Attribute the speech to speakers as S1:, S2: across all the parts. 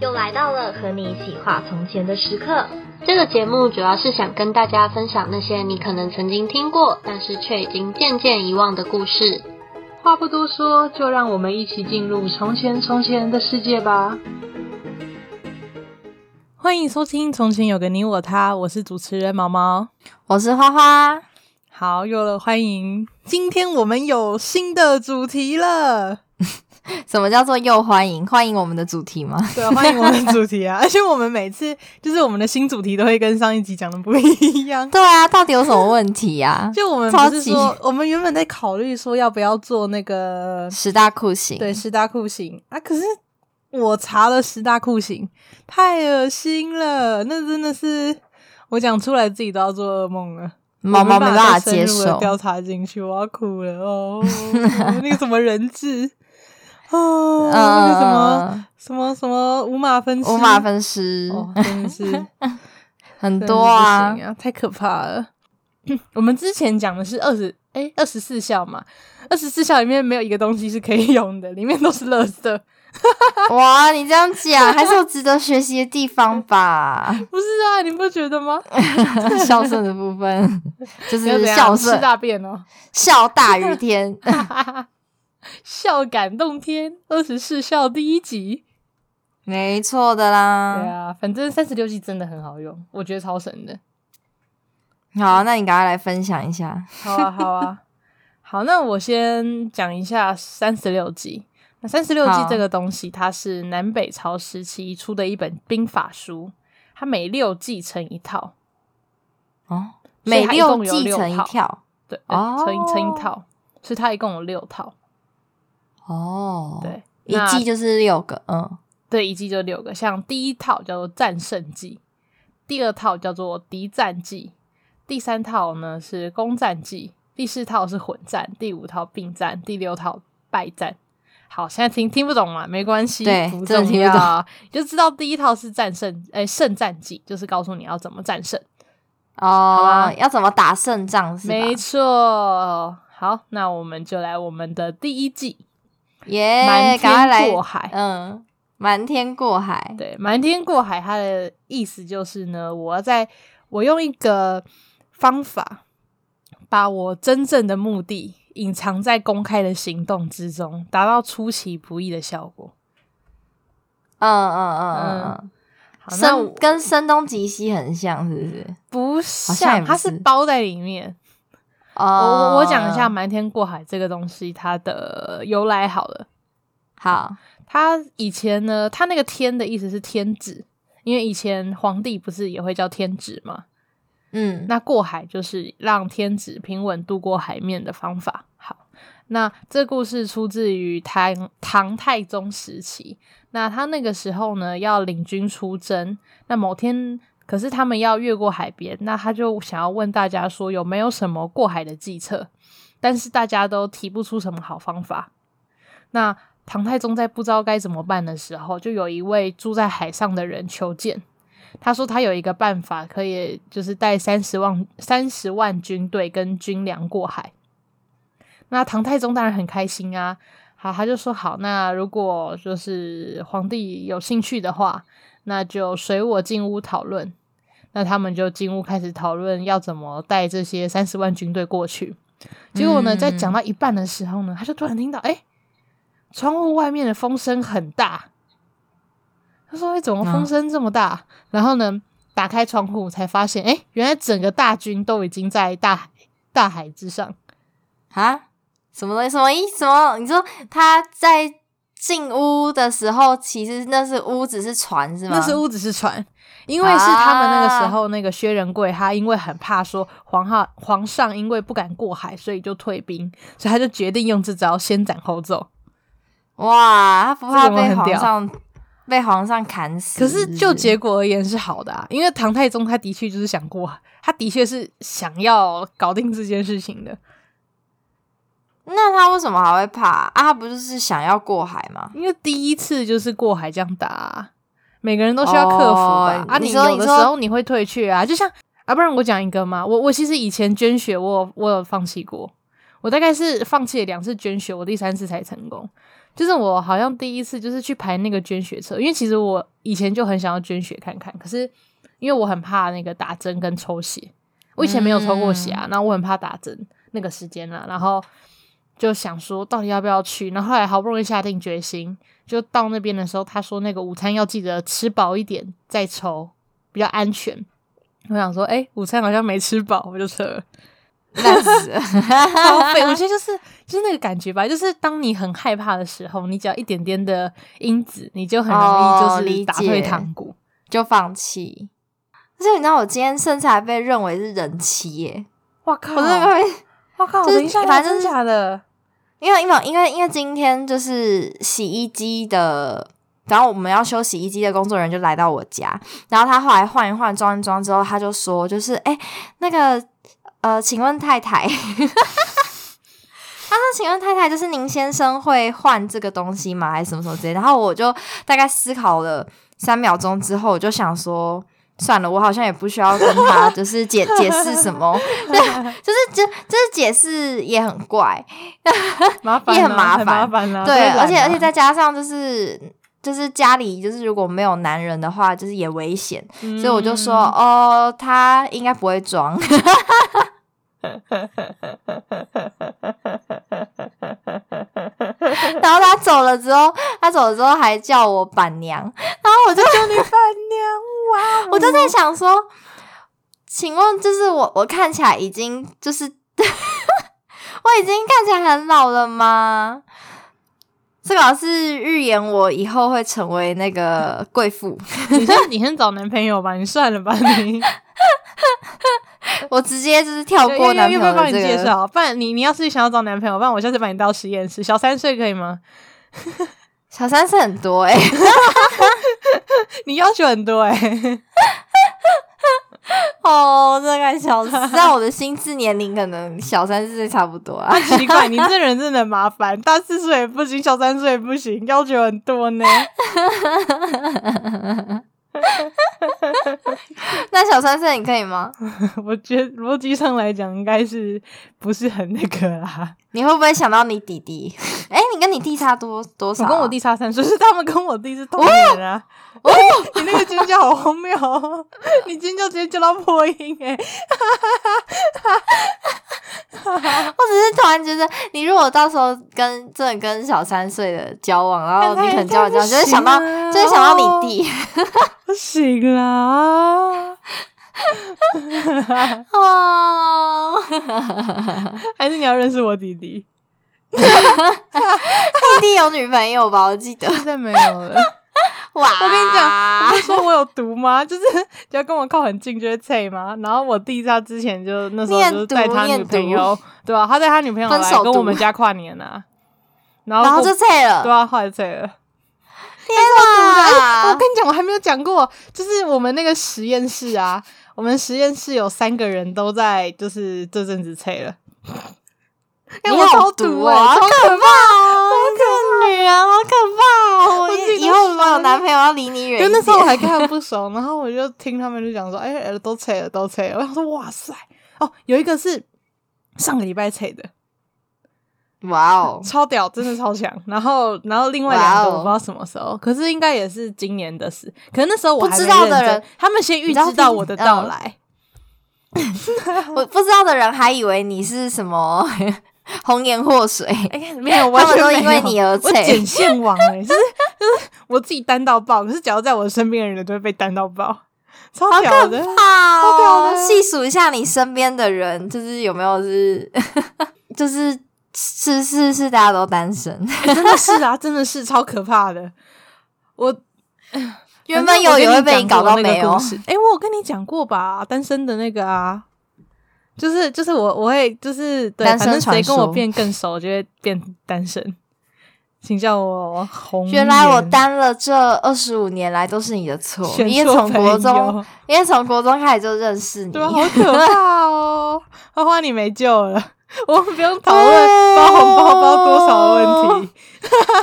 S1: 又来到了和你一起画从前的时刻。
S2: 这个节目主要是想跟大家分享那些你可能曾经听过，但是却已经渐渐遗忘的故事。
S3: 话不多说，就让我们一起进入从前从前的世界吧。欢迎收听《从前有个你我他》，我是主持人毛毛。
S4: 我是花花，
S3: 好，又了，欢迎！今天我们有新的主题了，
S4: 什么叫做又欢迎？欢迎我们的主题吗？
S3: 对啊，欢迎我们的主题 啊！而且我们每次就是我们的新主题都会跟上一集讲的不一样。
S4: 对啊，到底有什么问题啊 呀、
S3: 就我们
S4: 超
S3: 不是
S4: 级
S3: 说，我们原本在考虑说要不要做那个
S4: 十大酷刑，
S3: 对，十大酷刑啊，可是我查了十大酷刑，太恶心了，那真的是我讲出来自己都要做噩梦了。
S4: 毛毛没办法接
S3: 我没办法再深入
S4: 受
S3: 地。调查进去，我要哭了 哦。那个什么人质
S4: 嗯
S3: 哦，那个什么
S4: 呃，
S3: 什么什么五马分尸，
S4: 五马分尸、
S3: 哦，真的是 真
S4: 很
S3: 的是
S4: 多啊
S3: 不行，啊，太可怕了。 我们之前讲的是二十哎二十四孝嘛，二十四孝里面没有一个东西是可以用的，里面都是垃圾。啊
S4: 哇！你这样讲，还是有值得学习的地方吧？
S3: 不是啊，你不觉得吗？
S4: 孝顺的 部分就是
S3: 要怎样
S4: 孝
S3: 吃
S4: 顺，
S3: 大便哦，
S4: 孝大于天。
S3: 孝感动天，二十四孝第一集。
S4: 没错的
S3: 对
S4: 啦。
S3: 啊，反正三十六计真的很好用，我觉得超神的。
S4: 好，那你赶快来分享一下。
S3: 好啊，好啊， 好，那我先讲一下三十六计。那三十六计
S4: 好
S3: 这个东西，它是南北朝时期出的一本兵法书，它每六计成一套，
S4: 哦，
S3: 所以
S4: 每
S3: 它一共有
S4: 计
S3: 六
S4: 成一
S3: 套
S4: 跳。
S3: 对，呃
S4: 哦
S3: 成一成一套，所以它一共有六套。
S4: 哦，，
S3: 对，
S4: 一
S3: 那
S4: 计就是六个，嗯，
S3: 对，一季就六个，像第一套叫做战胜记，第二套叫做敌战记，第三套呢是攻战记，第四套是混战，第五套并战，第六套败战。好，现在听听不懂嘛，没关系，
S4: 对
S3: 不
S4: 真的
S3: 重
S4: 听不懂
S3: 要，你就知道第一套是战胜，诶、胜战记，就是告诉你要怎么战胜。吧
S4: 哦，要怎么打胜仗是吧？
S3: 没错，好，那我们就来我们的第一季
S4: 耶，
S3: 瞒
S4: 哎赶快来
S3: 天过海
S4: 嗯，瞒天过海，
S3: 对，瞒天过海，它的意思就是呢，我要在我用一个方法，把我真正的目的隐藏在公开的行动之中，达到出其不意的效果。
S4: 嗯嗯嗯嗯
S3: 好，
S4: 嗯，
S3: 那我
S4: 声跟声东击西很像，是不是？
S3: 不
S4: 像也
S3: 像，
S4: 不
S3: 它是
S4: 是
S3: 包在里面。我
S4: 哦
S3: 我我讲一下，瞒天过海这个东西它的由来好了。
S4: 好，
S3: 它以前呢，它那个天的意思是天子，因为以前皇帝不是也会叫天子吗？
S4: 嗯，
S3: 那过海就是让天子平稳渡过海面的方法。好，那这故事出自于唐唐太宗时期。那他那个时候呢，要领军出征。那某天，可是他们要越过海边，那他就想要问大家说，有没有什么过海的计策？但是大家都提不出什么好方法。那唐太宗在不知道该怎么办的时候，就有一位住在海上的人求见。他说他有一个办法，可以就是带三十万三十万军队跟军粮过海。那唐太宗当然很开心啊，好，他就说好，那如果就是皇帝有兴趣的话，那就随我进屋讨论。那他们就进屋开始讨论要怎么带这些三十万军队过去。结果呢，在讲到一半的时候呢，他就突然听到，哎、窗户外面的风声很大。他说：“哎、怎么风声这么大？”然后呢，打开窗户才发现，哎，原来整个大军都已经在大海大海之上。
S4: 啊，什么东西？什么意？什么？你说他在进屋的时候，其实那是屋子是船是吗？
S3: 那是啊屋子是船，因为是他们那个时候那个薛仁贵，他因为很怕说皇哈皇上因为不敢过海，所以就退兵，所以他就决定用这招先斩后奏。
S4: 哇，他不怕
S3: 这个我
S4: 被
S3: 很
S4: 皇
S3: 屌
S4: 上被皇上砍死？
S3: 可是就是结果而言是好的、啊，因为唐太宗他的确就是想过海，他的确是想要搞定这件事情的，
S4: 那他为什么还会怕啊？他不就是想要过海 吗？
S3: 因为第一次就是过海这样打啊、每个人都需要克服吧
S4: 哦。
S3: 啊，
S4: 你
S3: 你
S4: 说
S3: 有的
S4: 你
S3: 时
S4: 说
S3: 候你会退却啊，就像啊，不然我讲一个嘛，我我其实以前捐血我有，我有放弃过，我大概是放弃了两次捐血，我第三次才成功。就是我好像第一次就是去排那个捐血车，因为其实我以前就很想要捐血看看，可是因为我很怕那个打针跟抽血，我以前没有抽过血啊，然后我很怕打针那个时间啊啦，然后就想说到底要不要去，然后后来好不容易下定决心，就到那边的时候，他说那个午餐要记得吃饱一点再抽，比较安全。我想说，哎、午餐好像没吃饱，我就撤了。
S4: 烂死了
S3: 超废。我觉得就是就是那个感觉吧，就是当你很害怕的时候，你只要一点点的因子，你就很
S4: 哦
S3: 容易就
S4: 理
S3: 是打
S4: 解
S3: 退堂鼓。
S4: 就放弃。而且你知道，我今天甚至还被认为是人妻耶！
S3: 哇靠！
S4: 我真的被
S3: 哇靠！
S4: 就是
S3: 等一下，
S4: 反
S3: 反正
S4: 正
S3: 假的，
S4: 因为因为因为因为今天就是洗衣机的，然后我们要修洗衣机的工作人员就来到我家，然后他后来换一换装一装之后，他就说就是哎、那个呃，请问太太，他说请问太太，就是您先生会换这个东西吗？还是什么什么之类的？然后我就大概思考了三秒钟之后，我就想说。算了，我好像也不需要跟他就是解解释什么，对，就是就就是解释也很怪，
S3: 麻烦、啊，
S4: 也很麻
S3: 很
S4: 烦
S3: 麻烦啊。
S4: 对，
S3: 太懒
S4: 而且而且
S3: 了
S4: 再加上就是就是家里就是如果没有男人的话，就是也危险，所以我就说
S3: 嗯
S4: 哦，他应该不 会装。
S3: 嗯
S4: 然后他走了之后，他走了之后还叫我板娘，然后我就叫你板
S3: 嗯
S4: 娘哇！我就在想说，请问，就是我我看起来已经就是 我已经看起来很老了吗？这个好像是预言我以后会成为那个贵妇，
S3: 你先你先找男朋友吧，你算了吧，你
S4: 我直接就是 跳
S3: 对
S4: 过
S3: 要
S4: 男
S3: 要
S4: 朋
S3: 要
S4: 友
S3: 不要帮
S4: 的
S3: 你
S4: 这
S3: 介
S4: 个。
S3: 绍？不然你你要是想要找男朋友，不然我下次把你带到实验室。小三岁可以吗？
S4: 小三是很多哎、
S3: 你要求很多哎、
S4: 哦，这个小三，那我的心智年龄可能小三是差不多 啊。
S3: 奇 怪，你这人真的很麻烦，大四岁也不行，小三岁也不行，要求很多呢。
S4: 那小三是你可以吗？
S3: 我觉得逻辑上来讲，应该是不是很那个啦。
S4: 你会不会想到你 弟弟？哎、你跟你弟差多多少
S3: 我
S4: 啊、
S3: 跟我弟差三岁，是他们跟我弟是同年啊。
S4: 哦，
S3: 你那个尖叫好荒谬、哦， 你尖叫直接叫到破音哎、
S4: 我只是突然觉得，你如果到时候跟真的跟小三岁的交往，然后
S3: 哎那
S4: 哦你
S3: 也
S4: 可能交往
S3: 太不
S4: 交往，就会想到，
S3: 行了
S4: 就会想到你 弟
S3: 不行啦，
S4: 哦。
S3: 还是你要认识我弟弟？
S4: 弟弟有女朋友吧？我记 得。
S3: 现在没有了。
S4: 哇，
S3: 我跟你讲，
S4: 啊
S3: 不是说我有毒吗？ 就是只要跟我靠很近就会脆吗？然后我弟他之前就那时候就是带他女朋友，对啊，他带他女朋友
S4: 分
S3: 来
S4: 手毒
S3: 跟我们家跨年啊，然后
S4: 然后
S3: 我
S4: 就退了。
S3: 对啊，后来脆了。哦
S4: 天
S3: 我
S4: 哪
S3: 跟！你讲，我还没有讲过，就是我们那个实验室啊，我们实验室有三个人都在，就是这阵子脆了。哎，
S4: 你
S3: 我
S4: 好
S3: 超
S4: 毒
S3: 毒
S4: 哦
S3: 啊！
S4: 好
S3: 超
S4: 可怕哦！这个女人好可怕哦！
S3: 我自己都
S4: 以后如果有
S3: 傻了
S4: 男朋友要离你远一
S3: 就
S4: 点。
S3: 那时候我还跟他不熟， 然后我就听他们就讲说，哎、耳朵扯了，都扯了。我想说，哇塞，哦，有一个是上个礼拜扯的，
S4: 哇哦，
S3: 超屌，真的超强。然后，然后另外两
S4: 哇
S3: 个
S4: 哦
S3: 我不知道什么时候，可是应该也是今年的事。可是那时候我还
S4: 不知
S3: 没
S4: 道的
S3: 认真
S4: 人
S3: 他们先预
S4: 你知道
S3: 知到
S4: 听
S3: 我的
S4: 嗯
S3: 到来。
S4: 我不知道的人还以为你是什么 红颜祸水。
S3: 哎、看没 有，完
S4: 他们
S3: 全
S4: 都
S3: 没有
S4: 因为你而
S3: 我
S4: 扯
S3: 剪线网哎、就是就是我自己单到爆。可是只要在我身边的人都会被单到爆，超
S4: 好
S3: 屌
S4: 可
S3: 的。
S4: 怕
S3: 超屌
S4: 哦！
S3: 的
S4: 细数一下你身边的人，就是有没有是， 就是是是是大家都单身。
S3: 真的是啊，真的是超可怕的。我
S4: 原本有也会被你搞到没有，
S3: 哎、诶我有跟你讲过吧，单身的那个啊，就是就是我我会就是对，
S4: 单
S3: 反
S4: 身
S3: 正谁
S4: 传
S3: 跟我
S4: 说
S3: 变更熟，就会变单身。请叫我红。
S4: 原来我，单了这二十五年来都是你的错，
S3: 选
S4: 因为
S3: 错
S4: 从
S3: 朋
S4: 国中，
S3: 友，
S4: 因为从国中开始就认识你。
S3: 对啊，好可怕哦！花花，你没救了。我们不用讨
S4: 哎
S3: 论包红包包多少的问题，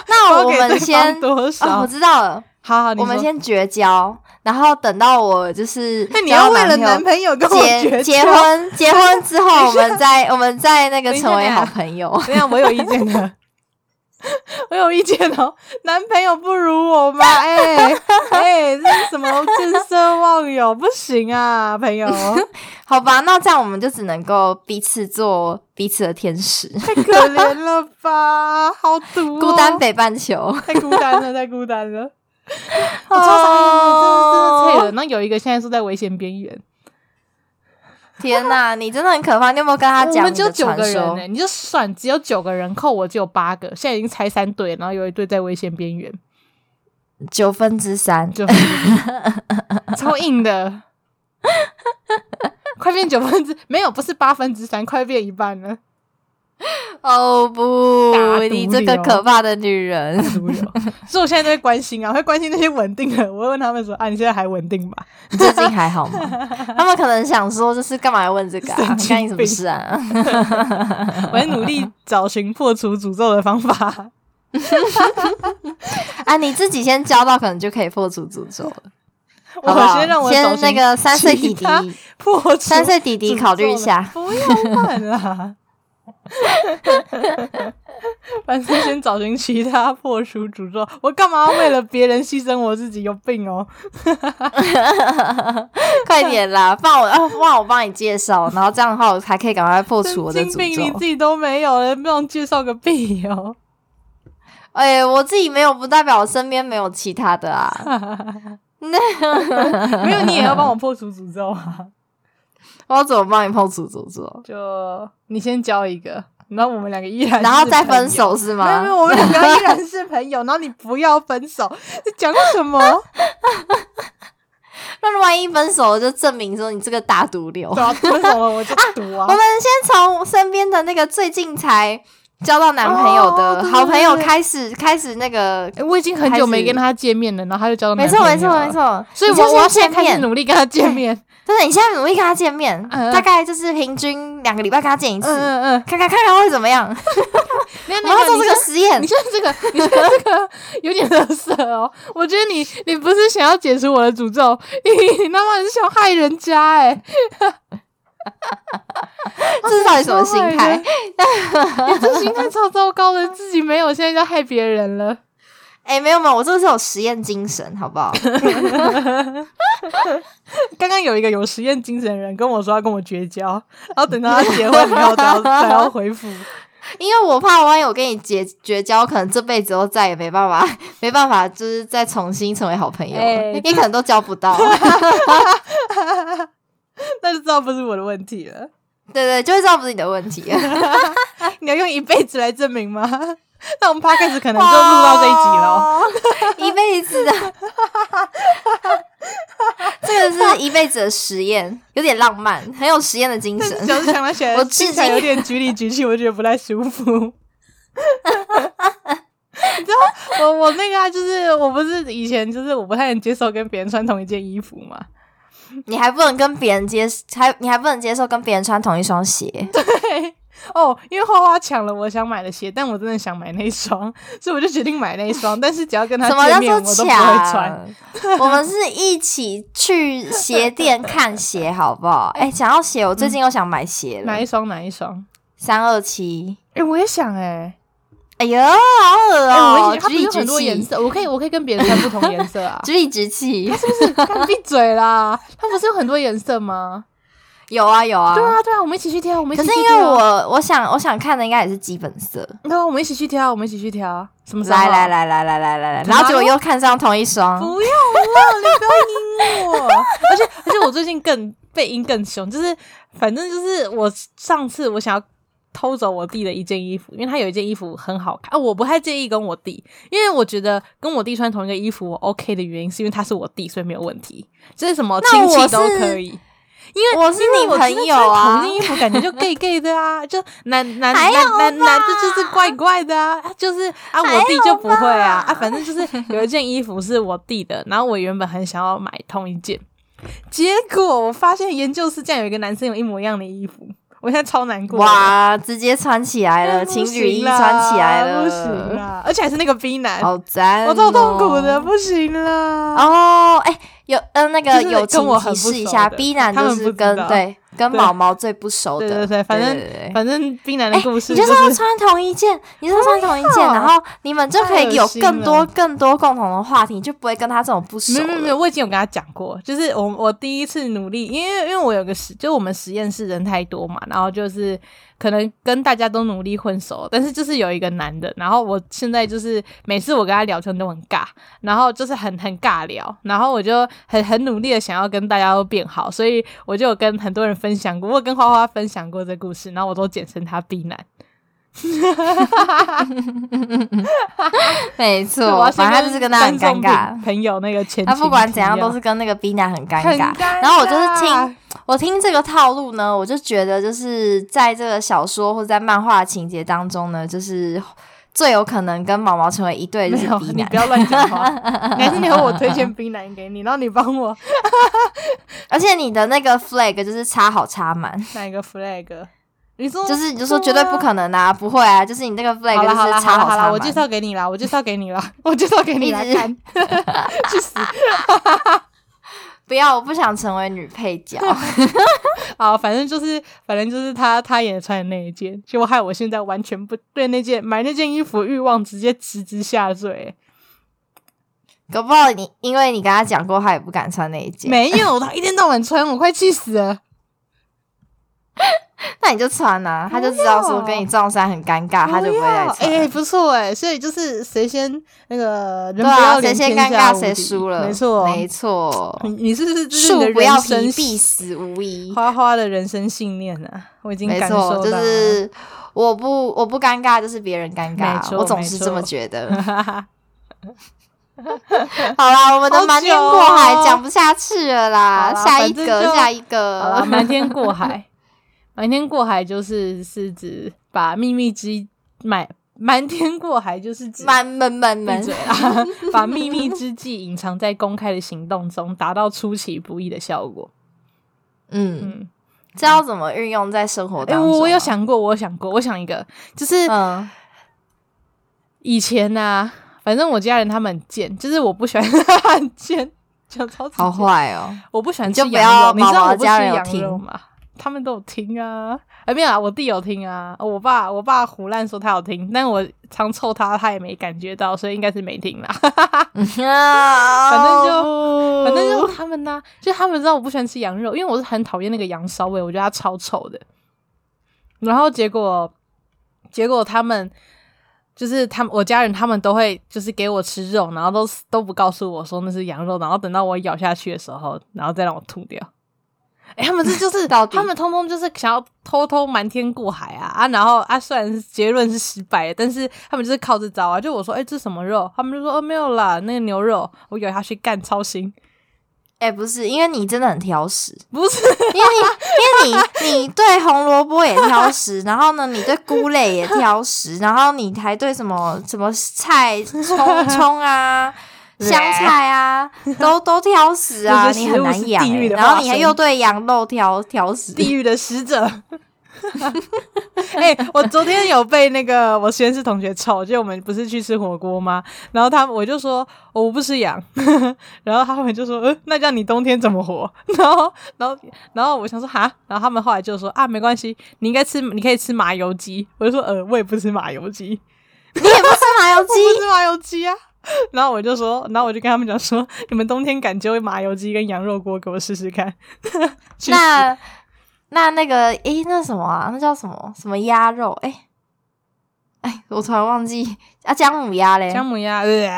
S4: 那
S3: 包
S4: 我
S3: 给
S4: 们
S3: 对
S4: 先
S3: 方多
S4: 哦，
S3: 少
S4: 我？知道了，
S3: 好好，你
S4: 我们
S3: 说。
S4: 先绝交，然后等到我就是
S3: 那你
S4: 交
S3: 要
S4: 到
S3: 为了男
S4: 男
S3: 朋友跟我
S4: 结
S3: 绝
S4: 结
S3: 交
S4: 婚结婚之后，我们再我们再那个
S3: 等一下
S4: 成为
S3: 等一下
S4: 好朋友。
S3: 这样我有意见的。我有意见哦，男朋友不如我吗？哎、哎、这是什么见色忘友？不行啊，朋 友，
S4: 好吧，那这样我们就只能够彼此做彼此的天使，
S3: 太可怜了吧，好毒、哦，
S4: 孤单，北半球。
S3: 太孤单了，太孤单 了。我
S4: 我
S3: 超傻
S4: 哦
S3: 眼的，真的真的脆了。那有一个现在是在危险边缘，
S4: 天哪，你真的很可怕！你有没有跟他
S3: 我
S4: 讲
S3: 们
S4: 你
S3: 只有
S4: 的
S3: 九
S4: 传
S3: 个人
S4: 说
S3: 呢、？你就算只有九个人，扣我只有八个，现在已经拆三队，然后有一队在危险边缘，
S4: 九分之三，
S3: 就 超硬的，快变九分之没有，不是八分之三，快变一半了，
S4: 哦
S3: 打
S4: 不，
S3: 毒
S4: 你这个
S3: 瘤
S4: 可怕的女人，
S3: 所以我现在都会关心啊，会关心那些稳定的，我会问他们说啊，你现在还稳定吧？
S4: 你最近还好吗？ 他们可能想说，就是干嘛要问这个、啊
S3: 神？经
S4: 干你什么
S3: 病
S4: 事啊？
S3: 我在努力找寻破除诅咒的方法。
S4: 啊，你自己先交到，可能就可以破除诅咒了，好不
S3: 我
S4: 好？
S3: 先让我找
S4: 先
S3: 寻
S4: 那个三岁弟
S3: 其
S4: 弟，
S3: 他 破除
S4: 三岁弟弟
S3: 诅
S4: 考虑
S3: 咒
S4: 一
S3: 了。
S4: 下
S3: 不要换啦。 反正先找寻其他破除诅咒，我干嘛要为了别人牺牲我自己？有病哦！
S4: 快点啦，不然我啊，不然我帮你介绍，然后这样的话我才可以赶快破除我的
S3: 神经
S4: 诅
S3: 病，你
S4: 咒
S3: 自。己都没有了，不用介绍个屁 哦！
S4: 哎、我自己没有，不代表我身边没有其他的啊。
S3: 没有，你也要帮我破除诅咒啊！
S4: 我要怎么帮你破除诅咒？
S3: 就你先交一个，然后我们两个依然，
S4: 然后再分。手是
S3: 没有
S4: 吗
S3: 没？有，我们两个依然是朋友，然后你不要分手，你讲什 么？
S4: 那万一分手，就证明说你这个大毒瘤。
S3: 对啊，分手了我就赌啊
S4: 我！们先从身边的那个最近才交到男朋友
S3: 哦
S4: 的
S3: 对
S4: 好朋友
S3: 对对
S4: 开始，开始那个，
S3: 欸 我已经很久没跟他见面了，然后他就交到
S4: 没
S3: 男
S4: 错
S3: 朋友
S4: 没错
S3: 了
S4: 没，错。
S3: 所以
S4: 你就
S3: 我
S4: 是
S3: 我要
S4: 要
S3: 现
S4: 见
S3: 在开始
S4: 面，
S3: 努力跟他见面，
S4: 真的，你现在努力跟他见面，
S3: 嗯嗯
S4: 大概就是平均两个礼拜跟他见一
S3: 嗯
S4: 次，
S3: 嗯 嗯，
S4: 看看看看会怎么样。
S3: 你 看
S4: 我要做这个
S3: 你
S4: 实验
S3: 你。现在这个， 你现在这个有点得瑟哦。我觉得你，你不是想要解除我的诅咒，你他妈是想害人家哎、
S4: 这是到底什么心态？
S3: 你这心态超糟糕的，自己没有，现在要害别人了。
S4: 哎、没有没有，我这个是有实验精神，好不好？
S3: 刚刚有一个有实验精神的人跟我说要跟我绝交，然后等到他结婚以后才要才要回复。
S4: 因为我怕万一我跟你绝绝交，可能这辈子都再也没办法，没办法，就是再重新成为好朋友了，
S3: 哎
S4: 也可能都交不到。
S3: 那就知道不是我的问题了。
S4: 对对，就会知道不是你的问题。
S3: 你要用一辈子来证明吗？那我们 podcast 可能就录到这一集了。
S4: 集了，一辈子的， 这个是一辈子的实验，有点浪漫，很有实验的精
S3: 但
S4: 神
S3: 是。小志强他起来，
S4: 我至
S3: 听起来
S4: 今
S3: 有点局里局气，我觉得不太舒 服。你知道我我那个啊，就是我不是以前就是我不太能接受跟别人穿同一件衣服嘛，
S4: 你还不能跟别人接，还你还不能接受跟别人穿同一双鞋。
S3: 对，哦，因为花花抢了我想买的鞋，但我真的想买那一双，所以我就决定买那一双。但是只要跟 他
S4: 什么
S3: 见面，
S4: 叫
S3: 我
S4: 做
S3: 都不会穿。
S4: 抢？我们是一起去鞋店看鞋，好 不好？哎、讲到鞋，我最近又想买鞋
S3: 哪
S4: 了
S3: 一，双？哪一双？
S4: 三二七。
S3: 哎、我也想哎、
S4: 哎呦，好恶
S3: 哎、
S4: 哦、
S3: 我也想，它不
S4: 举
S3: 是
S4: 例
S3: 有
S4: 举
S3: 很多颜
S4: 气，。
S3: 色，我可以我可以跟别人穿不同颜色啊
S4: 举例举气。
S3: 是不是？干闭嘴啦！它不是有很多颜色吗？
S4: 有啊有啊。
S3: 对啊，对啊，我们一起去挑，我们一
S4: 可
S3: 起
S4: 是
S3: 去
S4: 因
S3: 挑。 啊
S4: 为我我想我想看的应该也是基本色。
S3: 对啊，我们一起去挑，我们一起去挑。什么时候？
S4: 来来，来来来来来来，然后结果又看上同一双。
S3: 不要了，你不要阴我。而且而且我最近更被阴更凶，就是反正就是我上次我想要。偷走我弟的一件衣服，因为他有一件衣服很好看啊，我不太介意跟我弟，因为我觉得跟我弟穿同一个衣服我 OK 的原因是因为他是我弟，所以没有问题，就是什么
S4: 那
S3: 亲戚
S4: 我
S3: 都
S4: 是
S3: 可以。因为
S4: 我是
S3: 因为
S4: 你
S3: 我
S4: 朋友啊
S3: 同一件衣服感觉就 gay gay 的啊，就男男
S4: 还
S3: 男
S4: 好
S3: 男男
S4: 吧
S3: 的就是怪怪的啊，啊就是啊
S4: 还
S3: 我弟就不会啊啊，
S4: 好吧
S3: 反正就是有一件衣服是我弟的，然后我原本很想要买同一件，结果我发现研究室竟然有一个男生有一模一样的衣服，我现在超难过的。
S4: 哇，直接穿起来了，
S3: 哎不
S4: 情侣衣
S3: 行啦
S4: 穿起来了，
S3: 不行啦，而且还是那个 B 男，
S4: 好赞、哦，
S3: 我超痛苦的，不行啦。
S4: 哦，哎、有嗯、呃那个
S3: 就是
S4: 友情
S3: 跟我很
S4: 提
S3: 不
S4: 示一
S3: 熟
S4: 下
S3: 的
S4: ，B 男
S3: 他
S4: 就
S3: 们不
S4: 是
S3: 知
S4: 跟
S3: 道
S4: 对跟毛毛最不熟的。
S3: 对对对，反正
S4: 对对对
S3: 反正冰男的
S4: 哎，
S3: 故事
S4: 你就是是要穿同一件，你就是要穿同一件，然后你们就可以有更
S3: 太
S4: 多
S3: 恶心了
S4: 更多共同的话题，你就不会跟他这种不熟
S3: 没
S4: 了。
S3: 有没有没有，我已经有跟他讲过，就是我我第一次努力，因为因为我有个实，就我们实验室人太多嘛，然后就是可能跟大家都努力混熟，但是就是有一个男的，然后我现在就是每次我跟他聊天都很尬，然后就是很很尬聊，然后我就很很努力的想要跟大家都变好，所以我就有跟很多人分享过，我有跟花花分享过这故事，然后我都简称他 B 男，
S4: 没
S3: 对我
S4: 错
S3: 要，先
S4: 反正他就是跟他很尴尬
S3: 观众。朋友那个前情提要，
S4: 他不管怎样都是跟那个 B 男很尴
S3: 很
S4: 尬
S3: 尴。尬
S4: 然后我就是听我听这个套路呢，我就觉得就是在这个小说或者在漫画情节当中呢，就是最有可能跟毛毛成为一对的
S3: 没
S4: 就是
S3: 有，
S4: B
S3: 你
S4: 男
S3: 不，要乱讲 话。还是你和我推荐冰男给你，然后你帮我
S4: 而且你的那个 flag 就是插好插满，
S3: 哪一个 flag？你说
S4: 就是你就说绝对不。可能啊，不会啊，就是你那个 flag
S3: 好
S4: 就
S3: 了好
S4: 是
S3: 了
S4: 插
S3: 好了
S4: 好
S3: 好
S4: 插
S3: 了，
S4: 满。
S3: 我介绍给你啦，我介绍给你啦， 我介绍给你啦，
S4: 一直
S3: 看， 去死！
S4: 不要，我不想成为女配 角。
S3: 好，反正就是反正就是他他也穿的那一件，结果害我现在完全不对那件买那件衣服欲望直接直直下坠。
S4: 搞不好你因为你跟他讲过，他也不敢穿那一件，
S3: 没有，他一天到晚穿，我快气死了。
S4: 那你就穿啊，他就知道说跟你撞衫很尴尬，啊他就不会再
S3: 要
S4: 穿。
S3: 哦哎、不错哎、所以就是谁先那个人不
S4: 对
S3: 要
S4: 啊，谁
S3: 脸
S4: 先
S3: 天
S4: 尴
S3: 下
S4: 尬
S3: 无
S4: 谁
S3: 敌
S4: 输了，
S3: 没错，
S4: 没错
S3: 你。你是不是这是你的
S4: 树不要
S3: 人
S4: 皮
S3: 生，
S4: 必死 无疑。
S3: 花花的人生信念啊，我已经
S4: 没
S3: 感受
S4: 错，
S3: 到
S4: 就
S3: 了
S4: 是我不我不尴尬，就是别人尴
S3: 没
S4: 尬，
S3: 错
S4: 我总
S3: 没
S4: 是
S3: 错
S4: 这么觉得。 好啦，我们
S3: 好
S4: 的瞒天
S3: 久
S4: 过海
S3: 哦
S4: 讲不下去了啦，
S3: 好啦
S4: 下
S3: 反
S4: 一
S3: 正
S4: 个
S3: 就
S4: 下一
S3: 好啦，
S4: 个，
S3: 瞒天过 海，瞒天过海就是是指把秘密之瞒瞒天过海就是指
S4: 满门满门
S3: 闭嘴 啦，把秘密之计隐藏在公开的行动中，达到出其不意的效果。
S4: 嗯。
S3: 嗯，
S4: 这要怎么运用在生活
S3: 哎、
S4: 当中、啊
S3: 我我有，想过，我有想过，我想一个，就是
S4: 嗯，
S3: 以前呢、啊，反正我家人他们很贱，就是我不喜欢他很贱，讲超直接
S4: 好坏 哦，
S3: 我不喜欢
S4: 你
S3: 吃
S4: 就不
S3: 羊
S4: 要
S3: 肉，你知
S4: 毛
S3: 道
S4: 毛
S3: 我不吃
S4: 家人有
S3: 羊
S4: 听
S3: 肉吗？他们都有听啊，哎没有啊，我弟有听啊，我爸我爸胡乱说他有听，但我常臭他，他也没感觉到，所以应该是没听啦。
S4: 反
S3: 反正就反
S4: 反
S3: 正就他们呐、就他们知道我不喜欢吃羊肉，因为我是很讨厌那个羊骚味，我觉得它超臭的。然后结果，结果他们就是他们我家人他们都会就是给我吃肉，然后都都不告诉我说那是羊肉，然后等到我咬下去的时候，然后再让我吐掉。哎、他们这就是
S4: 到底
S3: 他们通通就是想要偷偷瞒天过海啊啊！然后啊，虽然是结论是失败的，但是他们就是靠这招啊。就我说，哎、这什么肉？他们就说，哦，没有啦，那个牛肉，我咬下去干超腥。
S4: 哎、不是，因为你真的很挑食，
S3: 不是，
S4: 因为你因为你你对红萝卜也挑食，然后呢，你对菇类也挑食，然后你还对什么什么菜葱葱啊。香菜啊，都都挑食啊，
S3: 这些
S4: 你
S3: 食物
S4: 很
S3: 是
S4: 难养、
S3: 地狱
S4: 欸。
S3: 的
S4: 然
S3: 化
S4: 后你还
S3: 身
S4: 又对羊肉挑挑食，
S3: 地狱的使者。 哎、我昨天有被那个我实验室同学臭，就我们不是去吃火锅吗？然后他我就说哦我不吃羊， 然后他们就说，呃，那这样你冬天怎么活？ 然后，然后，然后我想说哈，然后他们后来就说啊，没关系，你应该吃，你可以吃麻油鸡。我就说呃，我也不吃麻油鸡，
S4: 你也不吃麻油鸡
S3: 我不吃麻油鸡啊。 然后我就说，然后我就跟他们讲说，你们冬天敢揪麻油鸡跟羊肉锅给我试试看。去死
S4: 那那那个诶，那什么啊？那叫什么什么鸭肉？诶，哎，我突然忘记啊，姜母鸭嘞。
S3: 姜母鸭，对、哦，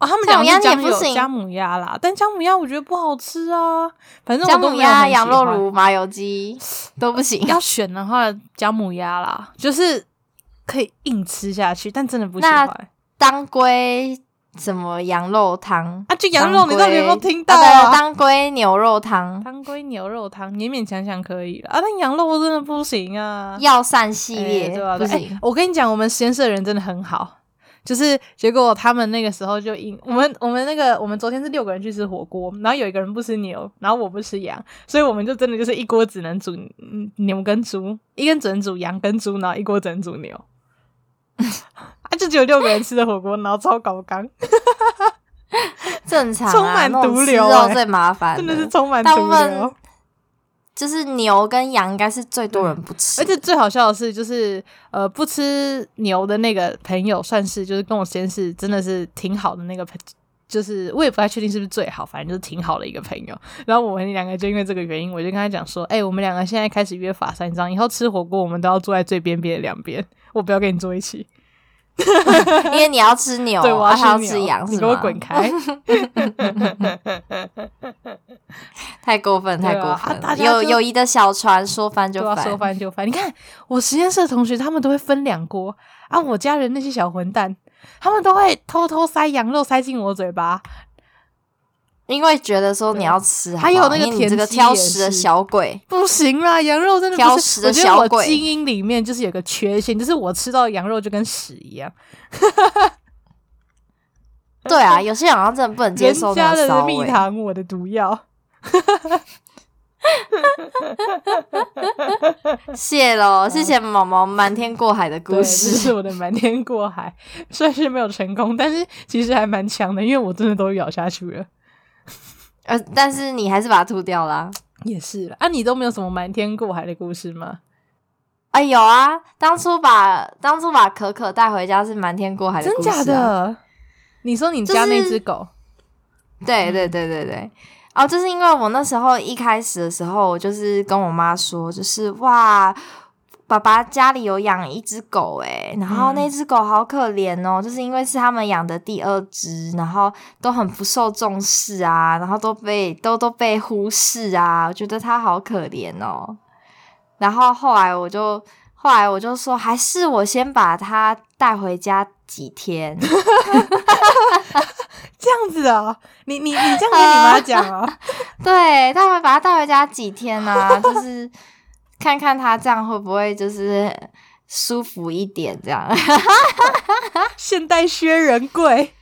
S3: 他们
S4: 姜
S3: 讲是姜
S4: 母鸭你也不
S3: 有
S4: 行
S3: 姜母鸭啦，但姜母鸭我觉得不好吃啊。反正我
S4: 姜
S3: 都
S4: 母
S3: 没有
S4: 鸭、
S3: 很喜
S4: 羊肉
S3: 欢
S4: 炉、麻 油鸡都不行。
S3: 要选的话，姜母鸭啦，就是可以硬吃下去，但真的不喜
S4: 那
S3: 欢。
S4: 当归什么羊肉汤
S3: 啊就羊肉
S4: 当归
S3: 你到底有没有听到啊
S4: 对当归牛肉汤、
S3: 当归牛肉汤勉勉强强可以了啊，但羊肉真的不行啊。
S4: 药膳系列、
S3: 哎对吧、
S4: 不
S3: 对哎
S4: 行。
S3: 我跟你讲，我们实验室的人真的很好，就是结果他们那个时候就因我们我们那个我们昨天是六个人去吃火锅，然后有一个人不吃牛，然后我不吃羊，所以我们就真的就是一锅只能煮嗯牛跟猪，一根只能煮羊跟猪，然后一锅只能煮牛。 啊，就只有六个人吃的火锅，然后超高纲，
S4: 正常、
S3: 哎
S4: 啊，啊
S3: 充满
S4: 那种
S3: 毒
S4: 吃
S3: 瘤
S4: 肉
S3: 哎
S4: 最麻烦了，
S3: 真的是充满
S4: 大
S3: 毒
S4: 部分
S3: 瘤。
S4: 就是牛跟羊应该是最多人不吃，
S3: 而且最好笑的是，就是呃，不吃牛的那个朋友，算是就是跟我实验室真的是挺好的那个朋，就是我也不太确定是不是最好，反正就是挺好的一个朋友。然后我们两个就因为这个原因，我就跟他讲说，哎、我们两个现在开始约法三章，以后吃火锅我们都要坐在最边边的两边，我不要跟你坐一起，
S4: 因为你要吃 牛，
S3: 对我
S4: 啊他要
S3: 吃
S4: 吃
S3: 牛，
S4: 羊，
S3: 你
S4: 是
S3: 给我
S4: 吗
S3: 滚！开！
S4: 太过分，
S3: 对啊
S4: 太过分
S3: 啊大
S4: 了！
S3: 家
S4: 友
S3: 就
S4: 友谊的小船说翻就
S3: 对啊，
S4: 翻，
S3: 说翻就翻。你看我实验室的同学，他们都会分两锅啊。我家人那些小混蛋，他们都会偷偷塞羊肉塞进我嘴巴。
S4: 因为觉得说你要吃，
S3: 还有
S4: 好不好
S3: 那个
S4: 因为你
S3: 田
S4: 这个
S3: 鸡
S4: 挑
S3: 也
S4: 食的
S3: 是
S4: 小鬼，
S3: 不行啦，羊肉真的不是
S4: 挑食的小
S3: 我觉得我
S4: 鬼
S3: 基因里面就是有个缺陷，就是我吃到羊肉就跟屎一样。
S4: 对啊，有些人好像真的不能接
S3: 人
S4: 受
S3: 家的
S4: 那个
S3: 是
S4: 骚
S3: 蜜
S4: 味。
S3: 糖，我的毒药。
S4: 谢喽，谢谢毛毛瞒天过海的故
S3: 嗯对，这是
S4: 事。
S3: 我的瞒天过海，虽然是没有成功，但是其实还蛮强的，因为我真的都咬下去了。
S4: 呃，但是你还是把它吐掉啦。
S3: 也是啦啊，你都没有什么瞒天过海的故事吗？
S4: 哎，有啊，当初把当初把可可带回家是瞒天过海的
S3: 真
S4: 故事、啊
S3: 假？的？你说你家那只狗，
S4: 对对对对对。哦，就是因为我那时候一开始的时候，我就是跟我妈说，就是哇，爸爸家里有养一只狗诶，然后
S3: 嗯
S4: 那只狗好可怜哦，就是因为是他们养的第二只，然后都很不受重视啊，然后都被都都被忽视啊，我觉得它好可怜哦。然后后来我就后来我就说，还是我先把它带回家几天。
S3: 这样子啊？你你你这样跟你妈讲 啊？
S4: 对，他们把他带回家几天呢、 就是看看他这样会不会就是舒服一点，这样。
S3: 现代薛仁贵，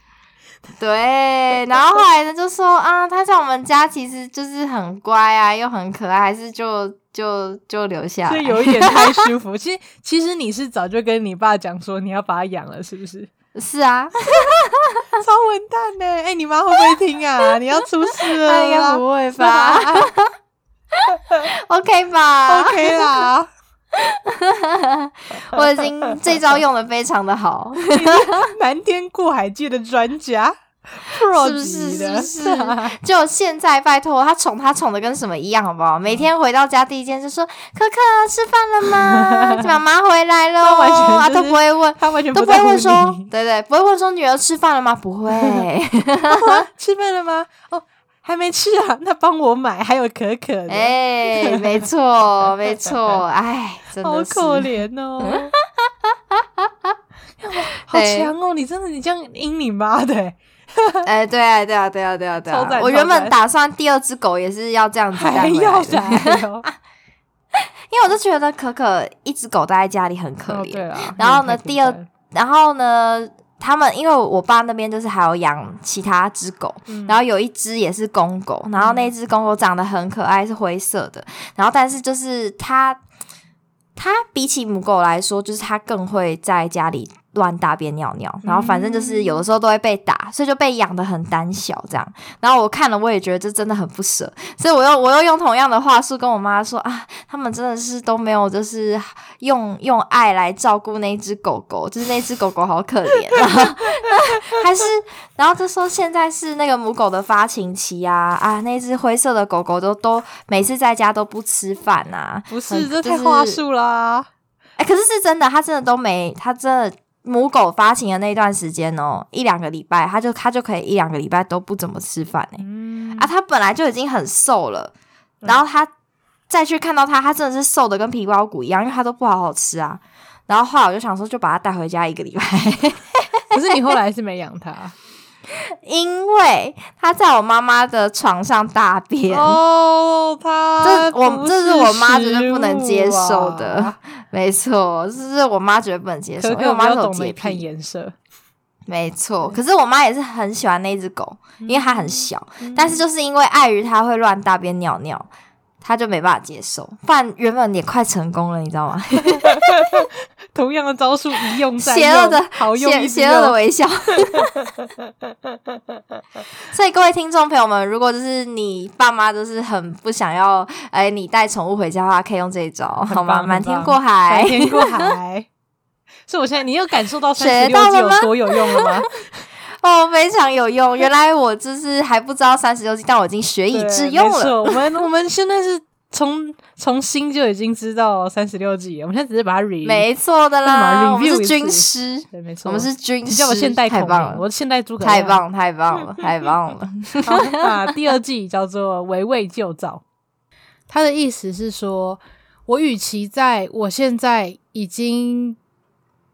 S4: 对，然后后来呢就说啊，他在我们家其实就是很乖啊，又很可爱，还是就就就留下
S3: 所
S4: 来。
S3: 以有一点太舒服。 其实其实你是早就跟你爸讲说你要把它养了，是不 是？
S4: 是 啊，
S3: 超混蛋呢、哎、你妈会不会听啊？ 你要出事
S4: 他
S3: 了
S4: 应该
S3: 啦
S4: 哎不会 吧 ？OK 吧
S3: ？OK 啦，
S4: 我已经这招用的非常的好，
S3: 瞒天过海界的专家，Pro
S4: 是不是？
S3: 级
S4: 是
S3: 的
S4: 不是？ 就现在，拜托他宠他宠的跟什么一样，好不好？每天回到家第一件事就说：“可可吃饭 了吗？妈妈回来了。”
S3: 他完全就是
S4: 啊都不 会问，
S3: 他完全
S4: 都不
S3: 在
S4: 会
S3: 乎
S4: 问说
S3: 你，
S4: 对对，不会问说女儿吃 饭了吗？不会，
S3: 吃饭了吗？哦，还没吃啊，那帮我买，还有可可的，
S4: 哎，没错，没错，哎，真
S3: 好
S4: 的是
S3: 可怜 哦。好强哦！你真的你这样阴你妈的欸、
S4: 哎，对啊，对啊，对啊，对啊，对
S3: 超
S4: 啊
S3: 赞！
S4: 我原
S3: 超
S4: 本
S3: 赞
S4: 打算第二只狗也是要这样子带
S3: 还
S4: 回
S3: 要哦
S4: 来
S3: 啥
S4: 的，
S3: 哟？
S4: 因为我就觉得可可一只狗待在家里很可
S3: 哦
S4: 怜，
S3: 对啊。
S4: 然后
S3: 那
S4: 呢
S3: 也太
S4: 第二
S3: 简单了
S4: 然后呢，他们因为我爸那边就是还有养其他只狗，
S3: 嗯
S4: 然后有一只也是公狗，然后那只公狗长得很可爱，是灰色的，然后但是就是它，它比起母狗来说，就是它更会在家里。乱大便尿尿，然后反正就是有的时候都会被打，所以就被养的很胆小这样。然后我看了，我也觉得这真的很不舍，所以我又我又用同样的话术跟我妈说啊，他们真的是都没有就是 用用爱来照顾那只狗狗，就是那只狗狗好可怜，然后 还是然后就说现在是那个母狗的发情期啊啊，那只灰色的狗狗都都每次在家都不吃饭啊，
S3: 不是，
S4: 很
S3: 这
S4: 就
S3: 太
S4: 是
S3: 话术啦。
S4: 哎、可是是真的，它真的都没，它真的母狗发情的那段时间哦，一两个礼拜，它就它就可以一两个礼拜都不怎么吃饭哎、
S3: 嗯
S4: 啊，它本来就已经很瘦了，然后它再去看到它，它真的是瘦的跟皮包骨一样，因为它都不好好吃啊。然后后来我就想说，就把它带回家一个礼拜，
S3: 可是你后来是没养它
S4: 因为它在我妈妈的床上大便。
S3: 哦，它
S4: 这我
S3: 不
S4: 这是
S3: 是
S4: 我妈
S3: 食
S4: 绝对不能接
S3: 物啊
S4: 受的。 没错，这是我妈绝对不能接
S3: 可
S4: 受，因为
S3: 可
S4: 我
S3: 没
S4: 妈是
S3: 有
S4: 有
S3: 懂
S4: 洁
S3: 得看
S4: 癖。
S3: 颜色，
S4: 没错，可是我妈也是很喜欢那只狗，因为它很小，但是就是因为碍于它会乱大便尿尿，她就没办法接受。不然原本也快成功了，你知道吗？
S3: 同样的招数一用再
S4: 邪恶的
S3: 用好用
S4: 邪
S3: 一哦
S4: 邪恶的
S3: 用
S4: 微笑。所以各位听众朋友们，如果就是你爸妈就是很不想要，哎、你带宠物回家的话，可以用这一招，好吗？
S3: 棒
S4: 瞒
S3: 很
S4: 天
S3: 棒
S4: 过 海
S3: 白，天过海。 所以我现在，你有感受到三
S4: 学
S3: 十
S4: 到
S3: 六计
S4: 了
S3: 有
S4: 吗
S3: 多有用了 吗？
S4: 哦，非常有用。原来我就是还不知道三十六计，但我已经学以
S3: 对
S4: 致用
S3: 没
S4: 了。
S3: 错，我们我们现在是从从心就已经知道三十六计了，我们现在只是把它 re
S4: 没错的
S3: 干
S4: 啦，
S3: 嘛
S4: 我们
S3: review
S4: 是
S3: 一
S4: 军
S3: 次
S4: 师，
S3: 对，没错，
S4: 我们是军
S3: 你
S4: 师，
S3: 叫我现代
S4: 太
S3: 孔
S4: 棒
S3: 明，
S4: 了
S3: 我。现代诸葛
S4: 太
S3: 亮。
S4: 棒，太棒了，太棒了！
S3: 好，我们把第二季叫做“围魏救赵”。他的意思是说，我与其在我现在已经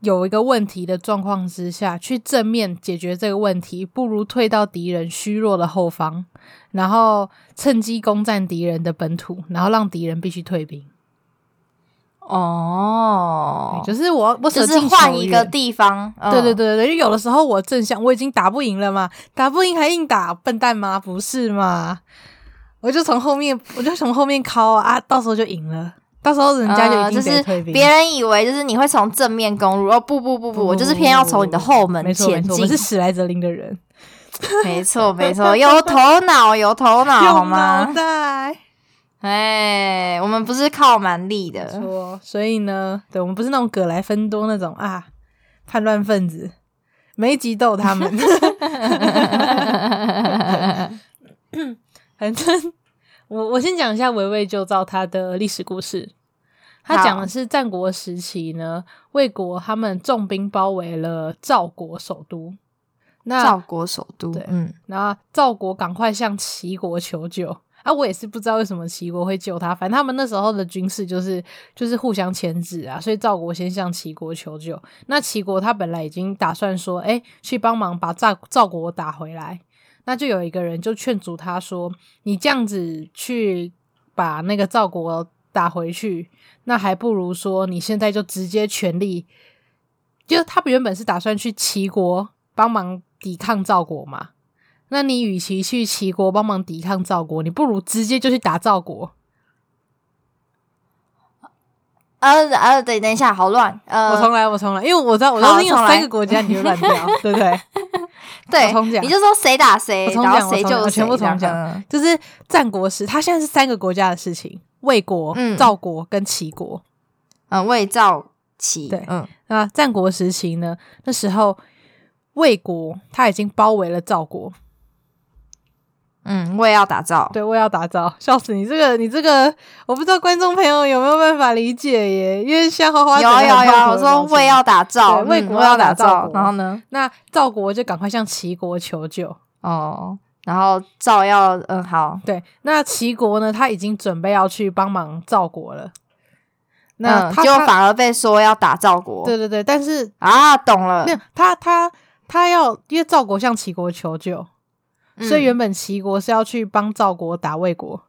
S3: 有一个问题的状况之下去正面解决这个问题，不如退到敌人虚弱的后方，然后趁机攻占敌人的本土，然后让敌人必须退兵。
S4: 哦
S3: 对，就是我，我舍
S4: 就是
S3: 近
S4: 换
S3: 求
S4: 一个
S3: 远
S4: 地方，
S3: 哦
S4: 嗯
S3: 对对对对，因为有的时候我正想我已经打不赢了嘛，打不赢还硬打，笨蛋吗？不是嘛？我就从后面，我就从后面敲啊，啊到时候就赢了，到时候人家就
S4: 呃
S3: 已经
S4: 就
S3: 被
S4: 是
S3: 退兵。
S4: 别人以为就是你会从正面攻入，哦不不不
S3: 不
S4: 不，我就是偏要
S3: 不
S4: 从你的后
S3: 没
S4: 门
S3: 错没
S4: 前
S3: 错，我
S4: 进
S3: 们是。史莱哲林的人，
S4: 没错 没错，有头脑有头脑哦好
S3: 用脑
S4: 吗？
S3: 袋。
S4: 哎，我们不是靠蛮力
S3: 没
S4: 的，
S3: 错，所以呢，对我们不是那种葛莱芬多那种啊，叛乱分子，每一集都有他 们。反正我我先讲一下《围魏救赵》它的历史故事。它
S4: 好
S3: 讲的是战国时期呢，魏国他们重兵包围了赵国首都，
S4: 赵
S3: 那
S4: 国首都
S3: 对，
S4: 嗯，
S3: 那赵国赶快向齐国求救。啊，我也是不知道为什么齐国会救他，反正他们那时候的军事就是就是互相牵制啊，所以赵国先向齐国求救。那齐国他本来已经打算说，哎、去帮忙把赵赵国打回来，那就有一个人就劝阻他说：“你这样子去把那个赵国打回去，那还不如说你现在就直接全力，就是他原本是打算去齐国帮忙抵抗赵国嘛。那你与其去齐国帮忙抵抗赵国，你不如直接就去打赵国。
S4: 呃呃，等等一下，好乱，
S3: 我重
S4: 呃，
S3: 来，我重来，因为我知道，我知道
S4: 好
S3: 你有
S4: 重来
S3: 三个国家，你就乱掉， 对不对？
S4: 对
S3: 我重，讲
S4: 你就说谁打谁
S3: 我，重
S4: 然
S3: 讲
S4: 后
S3: 我
S4: 谁
S3: 重
S4: 救
S3: 讲我
S4: 谁，
S3: 全部
S4: 这样
S3: 重讲
S4: 嗯
S3: 就是战国时，它现在是三个国家的事情：魏国、
S4: 嗯
S3: 赵国跟齐国。
S4: 嗯，魏赵齐，
S3: 对
S4: 嗯，
S3: 那战国时期呢，那时候魏国他已经包围了赵国，
S4: 嗯，我也要打造。
S3: 对，我也要打造，笑死你这个，你这个，我不知道观众朋友有没有办法理解耶，因为像花花
S4: 有
S3: 整个很痛
S4: 有有，
S3: 苦
S4: 我
S3: 的
S4: 说
S3: 表情
S4: 魏要打造，
S3: 对魏
S4: 嗯
S3: 国
S4: 我
S3: 要
S4: 要
S3: 打
S4: 打
S3: 造
S4: 造，
S3: 国
S4: 然后呢？
S3: 那赵国就赶快向齐国求救。
S4: 哦，然后赵要，嗯，好，
S3: 对，那齐国呢，他已经准备要去帮忙赵国了。那
S4: 嗯
S3: 他、
S4: 结果
S3: 他
S4: 反而被说要打赵国，
S3: 对对对，但是
S4: 啊，懂了
S3: 没，有他他他要因为赵国向齐国求救，
S4: 嗯
S3: 所以原本齐国是要去帮赵国打魏国。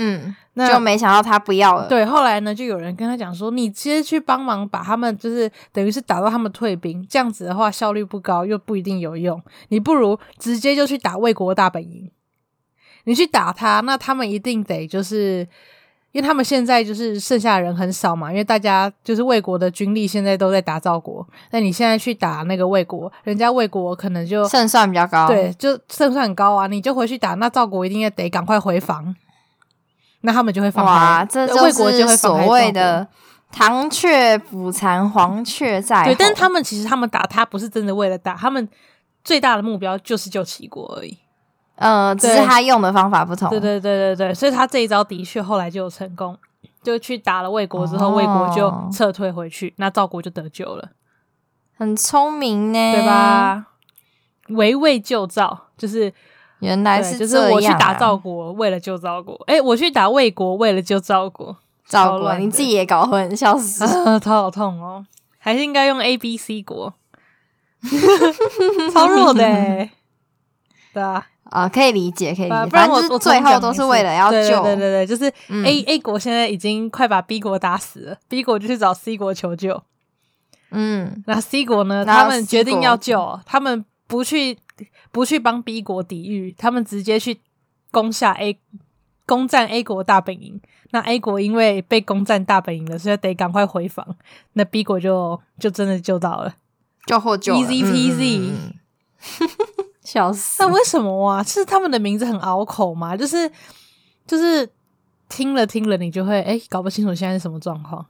S4: 嗯，
S3: 那
S4: 就没想到他不要了，
S3: 对，后来呢，就有人跟他讲说，你直接去帮忙把他们，就是等于是打到他们退兵，这样子的话效率不高，又不一定有用。你不如直接就去打魏国大本营，你去打他，那他们一定得就是。因为他们现在就是剩下的人很少嘛，因为大家就是魏国的军力现在都在打赵国，那你现在去打那个魏国，人家魏国可能就
S4: 胜算比较高，，
S3: 对，就胜算很高啊，你就回去打。那赵国一定要得赶快回防，那他们就会放开
S4: 哇，这
S3: 对魏国
S4: 就
S3: 就会放
S4: 是所
S3: 开赵
S4: 谓
S3: 国
S4: 的唐雀捕蝉，黄雀在
S3: 对，
S4: 后
S3: 但是他们其实他们打他不是真的为了打，他们最大的目标就是救齐国而已。
S4: 呃，只是
S3: 对
S4: 他用的方法不同，
S3: 对对对对对，所以他这一招的确后来就有成功，就去打了魏国之后，魏国就
S4: 哦
S3: 撤退回去，那赵国就得救了，
S4: 很聪明呢，
S3: 对？吧？围魏救赵就是
S4: 原来
S3: 对
S4: 是
S3: 就是
S4: 这
S3: 我去
S4: 样
S3: 打
S4: 啊
S3: 赵国，为了救赵国；哎、我去打魏国，为了救赵 国。超
S4: 赵国，
S3: 乱
S4: 你
S3: 的
S4: 自己也搞混，笑死。
S3: 啊， 头好痛哦，还是应该用 A B C 国， 超弱的、欸，对啊，
S4: 啊、可以理解，可以理
S3: 啊
S4: 解，
S3: 不然
S4: 反
S3: 我
S4: 正就
S3: 我
S4: 是最
S3: 重讲
S4: 后都
S3: 一
S4: 是
S3: 次
S4: 为了要救，
S3: 对对对对，就是 A、
S4: 嗯
S3: A 国现在已经快把 B 国打死了，B 国就去找 C 国求救，
S4: 嗯，
S3: 那 C 国呢，
S4: 然后
S3: 他们
S4: C
S3: 决定
S4: 国
S3: 要救，他们不去不去帮 B 国抵御，他们直接去攻下 A 攻占 A 国大本营。那 A 国因为被攻占大本营了，所以得赶快回防。那 B 国就就真的救到了。
S4: 就获救了
S3: Easy peasy
S4: 嗯嗯嗯嗯笑死
S3: 那！为什么啊？是他们的名字很拗口吗？就是就是听了听了，你就会哎、诶搞不清楚现在是什么状况。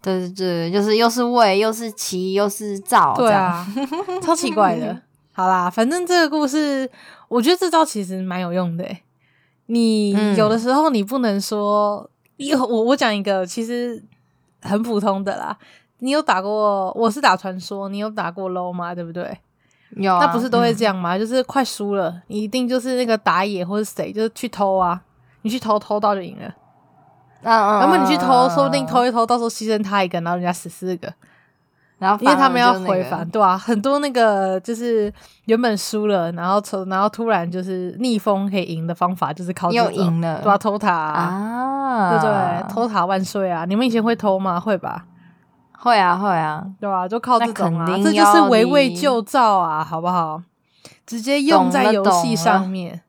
S4: 对对对，就是又是魏，又是齐，又是赵，
S3: 对啊， 超奇怪的。好啦，反正这个故事，我觉得这招其实蛮有用的欸、你
S4: 嗯
S3: 有的时候你不能说，有我我讲一个其实很普通的啦。你有打过？我是打传说，你有打过 low 吗？对不对？
S4: 这样，有啊
S3: 那不是都会这
S4: 样？
S3: 样吗？就是快输了，你一定就是那个打野或者谁，就是去偷啊，你去偷偷到就赢了。
S4: 嗯嗯，
S3: 要么你去偷，
S4: 嗯
S3: 说不定，偷一偷，到时候牺牲他一个，然后人家死四个。
S4: 然后
S3: 因为他们要
S4: 反而就那个
S3: 回防，，对啊，很多那个就是原本输了，然后从然后突然就是逆风可以赢的方法，就是靠这
S4: 又
S3: 种
S4: 赢了
S3: 对啊，偷塔、啊，
S4: 啊，
S3: 对不对，偷塔万岁啊！你们以前会偷吗？会吧，
S4: 会啊会啊，
S3: 对啊，就靠这种啊
S4: 那，肯
S3: 这
S4: 定
S3: 就
S4: 要
S3: 是围魏救赵啊，好不好？直接用在游戏上面，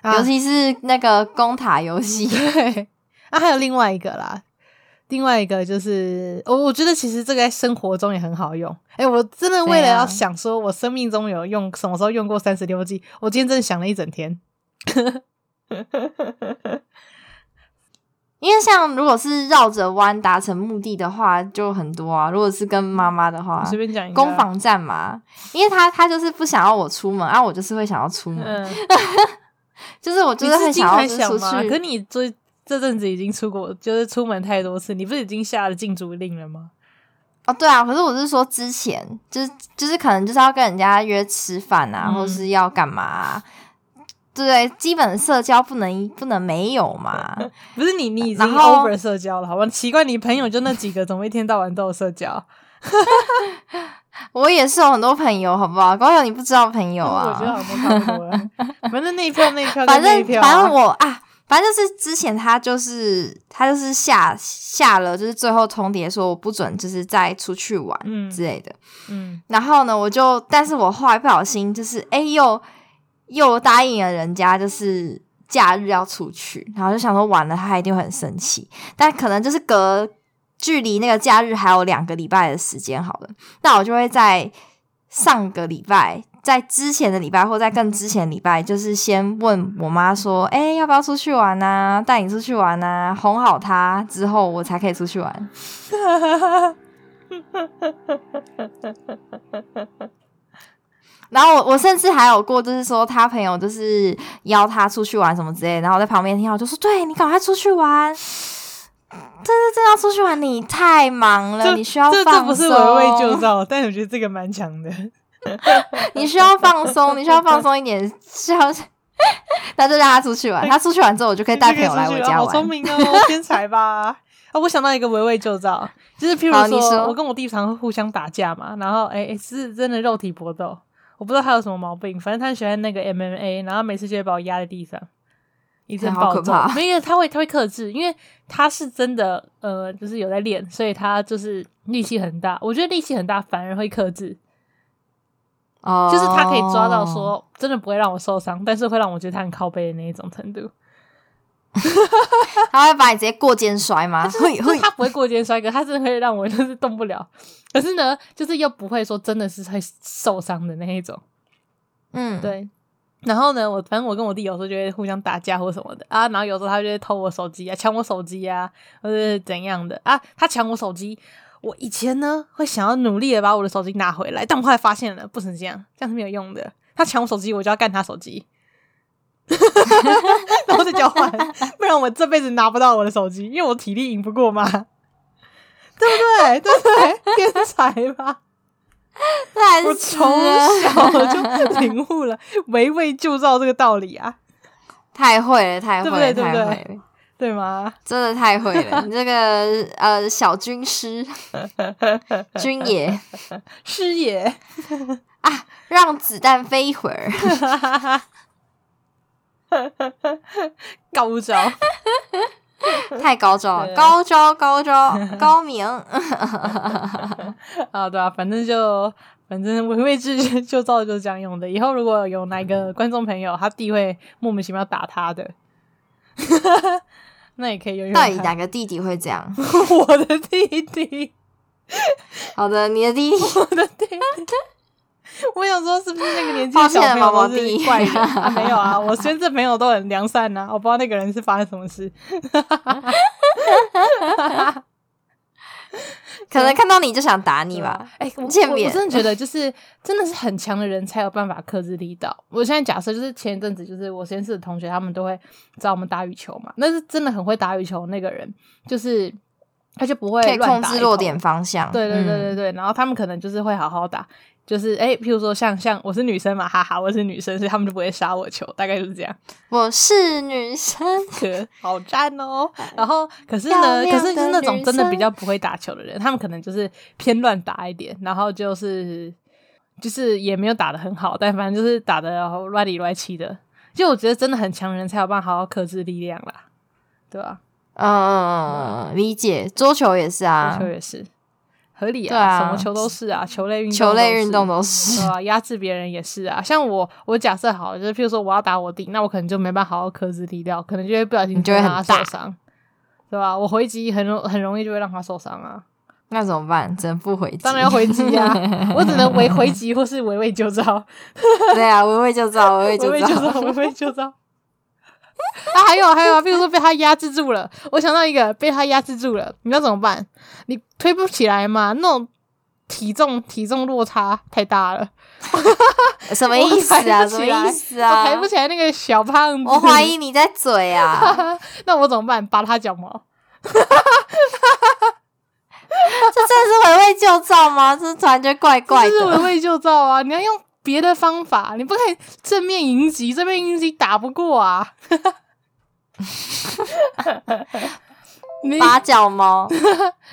S3: 啊
S4: 尤其是那个攻塔游戏，
S3: 对，啊，还有另外一个啦，另外一个就是我我觉得其实这个在生活中也很好用。哎、我真的为了
S4: 对啊
S3: 要想说我生命中有用什么时候用过三十六计，我今天真的想了一整天。
S4: 因为像如果是绕着弯达成目的的话，就很多啊；如果是跟妈妈的话
S3: 我，随便讲一个啊
S4: 攻，防战嘛，因为他他就是不想要我出门，啊，我就是会想要出门，
S3: 嗯，
S4: 就是我
S3: 你
S4: 就是
S3: 至
S4: 很
S3: 今
S4: 想要
S3: 还
S4: 就是
S3: 想
S4: 出
S3: 吗？可
S4: 去。
S3: 你最这阵子已经出国，就是出门太多次，你不是已经下了禁足令了吗？
S4: 哦，对啊，可是我是说之前，就是就是可能就是要跟人家约吃饭啊，
S3: 嗯
S4: 或是要干嘛、啊，对，基本社交不能不能没有 嘛。
S3: 不是你，你已经
S4: 然后
S3: over 社交了，好吧？奇怪，你朋友就那几个，怎么一天到晚都有社交？
S4: 我也是有很多朋友，好不好？光有你不知道朋友
S3: 哦我
S4: 啊
S3: 觉，得好像差不多 了。反正那一票那一票，
S4: 反
S3: 那一
S4: 正
S3: 票啊，
S4: 反正我啊，反正就是之前他就是他就是下下了，就是最后通牒说我不准就是再出去玩
S3: 嗯
S4: 之类的。
S3: 嗯，
S4: 然后呢，我就，但是我后来不小心，就是哎、诶又又答应了人家，就是假日要出去，然后就想说晚了，他一定会很生气。但可能就是隔距离那个假日还有两个礼拜的时间，好了，那我就会在上个礼拜。在之前的礼拜，或在更之前的礼拜，就是先问我妈说：“哎、要不要出去玩啊？带你出去玩啊？哄好她之后，我才可以出去玩。” 然后我我甚至还有过，就是说他朋友就是邀他出去玩什么之类的，然后我在旁边听到我就说：“对你赶快出去玩， 这是真的要出去玩，你太忙了，
S3: 这
S4: 你需要
S3: 这
S4: 放
S3: 这不
S4: 松，
S3: 是围魏 救赵，但我觉得这个蛮强的。
S4: 你需要放松，你需要放松一点，需要。” 那就让他出去玩，他出去玩之后，我就可以带朋友来我家
S3: 好聪
S4: 玩。
S3: 明哦，天才吧？啊，我想到一个围魏救赵，就是譬如
S4: 好
S3: 说，
S4: 你说
S3: 我跟我弟常会互相打架嘛，然后哎、哎是真的肉体搏斗，我不知道他有什么毛病，反正他喜欢那个 MMA，然后每次就会把我压在地上。一阵
S4: 哎好
S3: 暴
S4: 可
S3: 揍
S4: 怕，
S3: 没有他会他会克制，因为他是真的呃，就是有在练，所以他就是力气很大。我觉得力气很大反而会克制，
S4: 哦
S3: 就是他可以抓到，说真的不会让我受伤，但是会让我觉得他很靠背的那一种程度。
S4: 他会把你直接过肩摔吗？会
S3: 就是
S4: 会
S3: 他不会过肩摔，可是他真的会让我就是动不了。可是呢，就是又不会说真的是会受伤的那一种。
S4: 嗯，
S3: 对。然后呢，我反正我跟我弟有时候就会互相打架或什么的啊，然后有时候他就会偷我手机啊，抢我手机啊，或者是怎样的啊。他抢我手机，我以前呢会想要努力的把我的手机拿回来，但我后来发现了不能这样，这样是没有用的。他抢我手机，我就要干他手机， 然后再交换，不然我这辈子拿不到我的手机，因为我体力赢不过嘛， 对不对？对不对？天才吧？
S4: 但
S3: 我
S4: 是
S3: 从小就领悟了围魏救赵这个道理啊，
S4: 太会了，太
S3: 对
S4: 会
S3: 不对
S4: 了，
S3: 对不
S4: 太
S3: 对
S4: 会了，
S3: 对吗？
S4: 真的太会了。你这个呃小 军师军野。
S3: 师爷，
S4: 啊，让子弹飞一会儿。
S3: 高招，
S4: 太高招
S3: 对
S4: 了，高招，高招，高明。
S3: 啊，对啊，反正就反正围魏救救赵就是这样用的。以后如果有哪一个观众朋友他弟会莫名其妙打他的， 那也可以用用
S4: 到底哪
S3: 看。
S4: 个弟弟会这样？
S3: 我的弟弟，
S4: 好的，你的弟弟，
S3: 我的弟弟。 我想说，是不是那个年纪的
S4: 抱
S3: 小
S4: 歉
S3: 朋友
S4: 毛毛
S3: 都是
S4: 弟
S3: 怪人、 啊？没有啊，我身边朋友都很良善呐、我不知道那个人是发生什么事。
S4: 可能看到你就想打你吧。
S3: 哎、我
S4: 见
S3: 我我
S4: 面
S3: 真的觉得就是真的是很强的人才有办法克制力道。我现在假设就是前一阵子就是我实验室的同学他们都会找我们打羽球嘛，那是真的很会打羽球的那个人，就是他就不会
S4: 可以
S3: 乱
S4: 控
S3: 打
S4: 制
S3: 一
S4: 落
S3: 通
S4: 点方向。
S3: 对对对对
S4: 嗯，
S3: 对，然后他们可能就是会好好打，就是哎、譬如说像像我是女生嘛，哈哈，我是女生，所以他们就不会杀我球，大概就是这样。
S4: 我是女生，
S3: 可 好赞 哦！然后可是
S4: 漂
S3: 呢，
S4: 亮
S3: 可是就是那种
S4: 的
S3: 真的
S4: 女
S3: 比较不会打球的人，他们可能就是偏乱打一点，然后就是就是也没有打的很好，但反正就是打的乱里乱气的。就我觉得真的很强的人才有办法好好克制力量啦，对吧、
S4: 嗯，理解。桌球也是
S3: 啊？
S4: 啊
S3: 球，也是合理
S4: 对啊
S3: 什么球都是啊，球类运动
S4: 球类运动
S3: 都
S4: 都是
S3: 对。啊，压制别人也是啊。像我，我假设好了，就是譬如说我要打我弟，那我可能就没办法好好克制力量，可能就会不小心
S4: 你就会
S3: 让他
S4: 很大
S3: 受伤，对吧、我回击很容很容易就会让他受伤 啊，
S4: 那怎么办？只能不回击。
S3: 当然要回击啊，我只能围回击或是围魏救赵，
S4: 对啊，围魏就照，围魏
S3: 围
S4: 就
S3: 魏救
S4: 照。
S3: 赵，围魏救赵。 啊，还有还有啊，比如说被他压制住了，我想到一个被他压制住了，你要怎么办？你推不起来嘛，那种体重体重落差太大了，
S4: 什么意思啊？
S3: 我抬不
S4: 什
S3: 起
S4: 么
S3: 来
S4: 意思
S3: 我
S4: 啊
S3: 抬？不起来那个小胖子。
S4: 我怀疑你在嘴啊！
S3: 那我怎么办？拔他脚毛？
S4: 这真的是围魏救赵吗？这突然觉得怪怪
S3: 这就是围
S4: 的。
S3: 魏救赵啊！你要用别的方法，你不可以正面迎击，正面迎击打不过啊。 你
S4: 拔脚猫，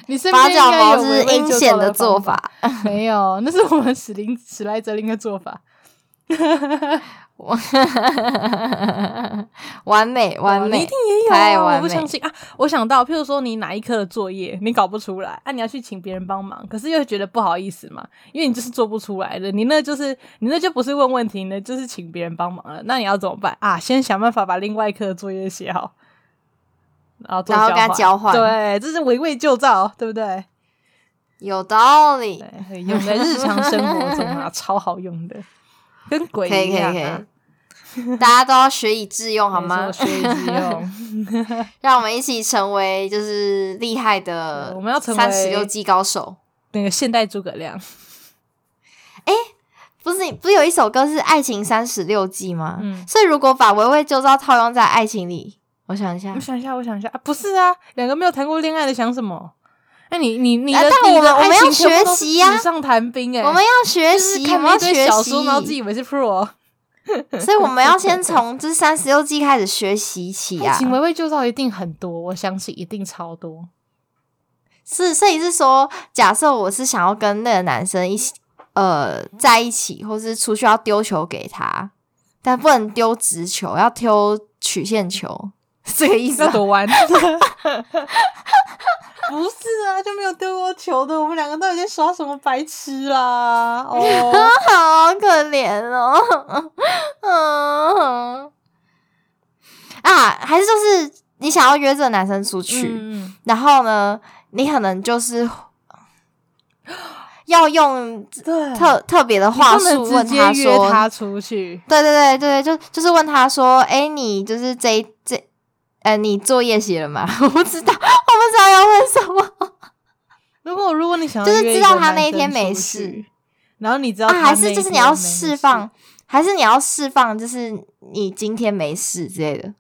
S3: 你身边
S4: 拔
S3: 应
S4: 脚
S3: 该
S4: 猫
S3: 有
S4: 是
S3: 围魏
S4: 阴
S3: 救
S4: 险
S3: 赵
S4: 的
S3: 的
S4: 做
S3: 方
S4: 法。
S3: 法， 没有，那是我们史林史莱哲林的做法。
S4: 我 完美完
S3: 哦你
S4: 美
S3: 一定，也有
S4: 太
S3: 啊！
S4: 完
S3: 我不
S4: 美
S3: 相信啊！我想到，譬如说你哪一科的作业你搞不出来啊，你要去请别人帮忙，可是又觉得不好意思嘛，因为你就是做不出来的，你那就是你那就不是问问题，你那就是请别人帮忙了。那你要怎么办啊？先想办法把另外一科的作业写好，然后做
S4: 然后跟他交换
S3: 对，这是围魏救赵，对不对？
S4: 有道 理
S3: 对。，可以用在日常生活中 啊，超好用的，跟鬼
S4: 可以
S3: 一
S4: 可
S3: 样、啊。
S4: 以可 以，大家都要学以致用好吗
S3: 没错？学以致 用。
S4: 让我们一起成为就是厉害的，
S3: 对我们要成为
S4: 三十六计高手。
S3: 那个现代诸葛亮，
S4: 不是不是有一首歌是《爱情三十六计》吗？
S3: 嗯
S4: 所以如果把围魏救赵套用在爱情里，我想一下
S3: 我，想一下，我想一下啊，不是啊，两个没有谈过恋爱的想什么？那、你你你的、
S4: 啊但
S3: 你
S4: 我们
S3: 的
S4: 我们
S3: 爱情全
S4: 要
S3: 部都
S4: 学
S3: 是
S4: 习呀
S3: 纸上谈兵哎、
S4: 我们要学
S3: 就是
S4: 习，我
S3: 看
S4: 们
S3: 了一
S4: 要
S3: 堆
S4: 学
S3: 小说，然后自
S4: 习，
S3: 以为是 pro。哦
S4: 所以我们 要先从这三十六计开始学习起
S3: 爱
S4: 啊。
S3: 情围魏救赵一定很多，我相信一定超多。
S4: 是，所以是说，假设我是想要跟那个男生一起，呃，在一起，或是出去要丢球给他，但不能丢直球，要丢曲线球，是这个意思、
S3: 要
S4: 啊。
S3: 多弯？ 不是啊，就没有丢过球的，我们两个到底在耍什么白痴啦？ 哦，
S4: 好可怜哦，嗯，啊，还是就是你想要约这个男生出去，
S3: 嗯，
S4: 然后呢，你可能就是要用
S3: 对，
S4: 特特别的
S3: 呃你
S4: 话
S3: 不能
S4: 术问
S3: 直接约
S4: 说，
S3: 他出去，
S4: 对对对对，就就是问他说，哎，你就是这一这，呃，你作业写了吗？ 我不知道，我不知道要问什么。
S3: 如果如果你想要
S4: 就是
S3: 约
S4: 知
S3: 一
S4: 道
S3: 个
S4: 他
S3: 男
S4: 那一
S3: 生
S4: 天没
S3: 出
S4: 事
S3: 去，然后你知道
S4: 啊，
S3: 他
S4: 还
S3: 那
S4: 是
S3: 一
S4: 就是你
S3: 天
S4: 要
S3: 没
S4: 释
S3: 事
S4: 放，还是你要释放，就是你今天没事之类的。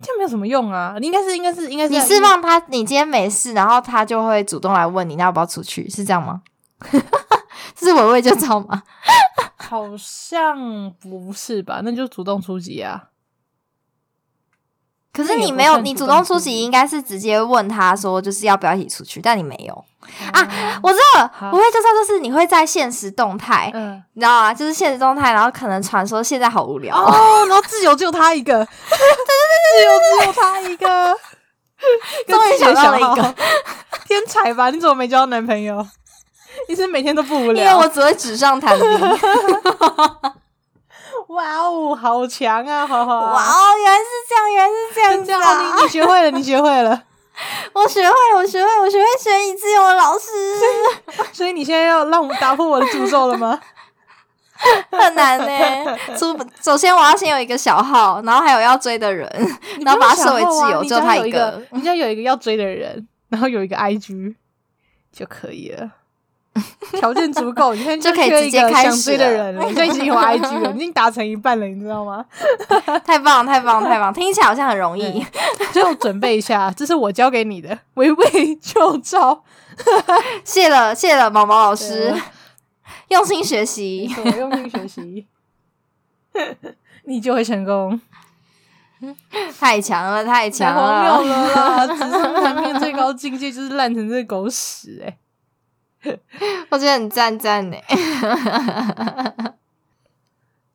S3: 这没有什么用啊！你应该是应该是应该是
S4: 你
S3: 要
S4: 释放他，你今天没事，然后他就会主动来问你，那要不要出去？是这样吗？ 这是伟伟就找吗？
S3: 好像不是吧？那就主动出击啊！
S4: 可
S3: 那
S4: 是
S3: 也
S4: 你
S3: 不
S4: 没有，
S3: 算
S4: 你
S3: 主
S4: 主
S3: 动
S4: 动
S3: 出
S4: 出
S3: 击
S4: 击应该是直接问他说，就是要不要一起出去，但你没有。
S3: 啊
S4: 我知道了，
S3: 好
S4: 我会就知道，就是你会在现实动态，
S3: 嗯
S4: 你知道吗？就是现实动态，然后可能传说现在好无聊，
S3: 哦，然后自由只有他一个，自由只有他一个，跟
S4: 终于
S3: 自己的
S4: 想到了
S3: 小
S4: 一个
S3: 号天才吧？你怎么没交男朋友？你是每天都不无
S4: 因为
S3: 聊？
S4: 我只会纸上谈兵。
S3: 哇哦，好强啊，花花！
S4: 哇哦，原来是这样，原来是这样
S3: 这
S4: 子
S3: 样
S4: 啊！
S3: 哦，你你学会了，你学会了，
S4: 我学会了，我学会了，我学会学以致用的老师
S3: 所以你现在要让我打破我的诅咒了吗？
S4: 很难呢、 出首先我要先有一个小号，然后还有要追的人，
S3: 你不用
S4: 然后把它设为
S3: 想后
S4: 挚
S3: 啊
S4: 友，
S3: 你
S4: 只
S3: 只要
S4: 他
S3: 有一
S4: 个。，
S3: 你只要有一个要追的人，然后有一个 IG 就可以了。条件足够，你看
S4: 就可以
S3: 缺
S4: 直
S3: 一
S4: 接
S3: 个
S4: 开
S3: 想
S4: 始
S3: 追的
S4: 了
S3: 人了，你就已经有 IG 了，你已经达成一半了，你知道吗？
S4: 太棒，太棒，太棒！听起来好像很容易，
S3: 就准备一下，这是我教给你的，围魏救赵。
S4: 谢了，谢了，毛毛老
S3: 对
S4: 师
S3: 我，
S4: 用心学
S3: 没
S4: 习。
S3: 错，用心学习，你就会成功。
S4: 太强了，太
S3: 太
S4: 强
S3: 荒谬
S4: 了！
S3: 了啦！只是南面最高境界就是烂成这狗屎哎、
S4: 我觉得很赞赞呢。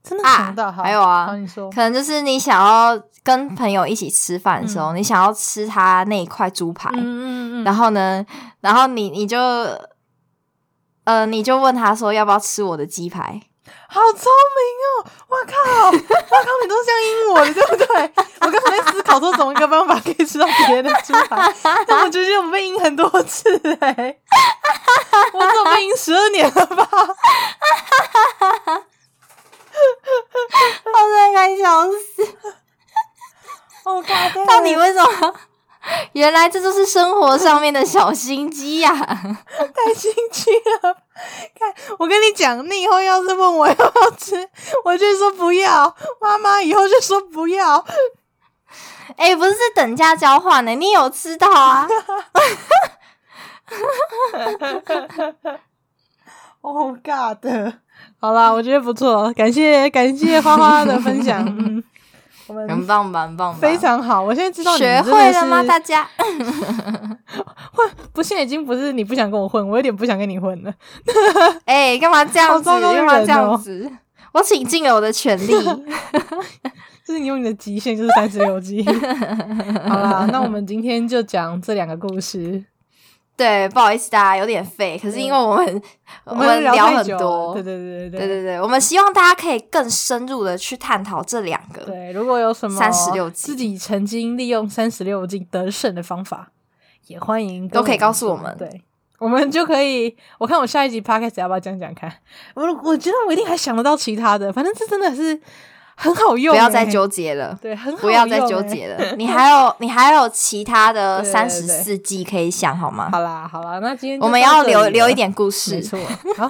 S3: 真的
S4: 啊
S3: 想到、好
S4: 还有啊
S3: 好你说
S4: 可能就是你想要跟朋友一起吃饭的时候，你想要吃他那一块猪排，
S3: 嗯嗯嗯，
S4: 然后呢，然后你你就，呃，你就问他说要不要吃我的鸡排？
S3: 好聪明哦！我靠，我靠，你都相信 我了，对不对？我刚才在思考说怎么一个方法可以吃到别人的猪 排，但我觉得我被阴很多次哎、我怎么被阴十二年了吧？
S4: 我真的快哎笑死！
S3: 哦，嘎对
S4: 到底为什么？原来这就是生活上面的小心机呀、
S3: 太心机了！看，我跟你讲，你以后要是问我要不要吃，我就说不要。妈妈以后就说不要。
S4: 哎、不是等价交换呢、你有吃到啊？
S3: Oh God！好啦，我觉得不错，感谢感谢花花的分享， 嗯，我
S4: 很
S3: 们
S4: 棒吧，很棒吧，
S3: 非常好。我现在知道你
S4: 学
S3: 们真的
S4: 会了吗？
S3: 是
S4: 大家
S3: 混不，现在已经不是你不想跟我混，我有点不想跟你混了。
S4: 哎，干、嘛这样
S3: 好
S4: 子？
S3: 糟糕的
S4: 干嘛
S3: 人
S4: 这样
S3: 哦
S4: 子？我请尽了我的全力。
S3: 就是你用你的极限，就是三十六 计。好啦，那我们今天就讲这两个故事。
S4: 对，不好意思，大家有点废，可是因为我们我们
S3: 嗯聊
S4: 聊
S3: 太
S4: 很
S3: 久了
S4: 多，
S3: 对对对
S4: 对对对，我们希望大家可以更深入的去探讨这两个。
S3: 对，如果有什么
S4: 36计
S3: 自己曾经利用三十六计得胜的方法，也欢迎跟
S4: 都可以告诉
S3: 说
S4: 我们
S3: 对，我们就可以。我看我下一集 podcast 要不要讲讲看？我我觉得我一定还想得到其他的，反正这真的是很好用、
S4: 不要再
S3: 欸
S4: 纠结了，
S3: 对，很好
S4: 不要再
S3: 用
S4: 纠
S3: 欸
S4: 结了。你还有你还有其他的
S3: 对对
S4: 三
S3: 对
S4: 十四计可以想好吗？
S3: 好啦好啦，那今天就
S4: 我们
S3: 到
S4: 要
S3: 这
S4: 留
S3: 里
S4: 留
S3: 了
S4: 一点故
S3: 没
S4: 事。
S3: 错， 好。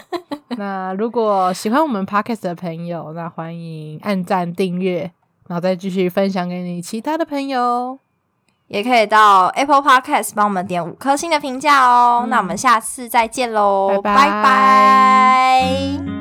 S3: 那如果喜欢我们 podcast 的朋友，那欢迎按赞、订阅，然后再继续分享给你其他的朋友哦。
S4: 也可以到 Apple Podcast 帮我们点五颗星的评价哦。
S3: 嗯
S4: 那我们下次再见喽，
S3: 拜拜
S4: 拜拜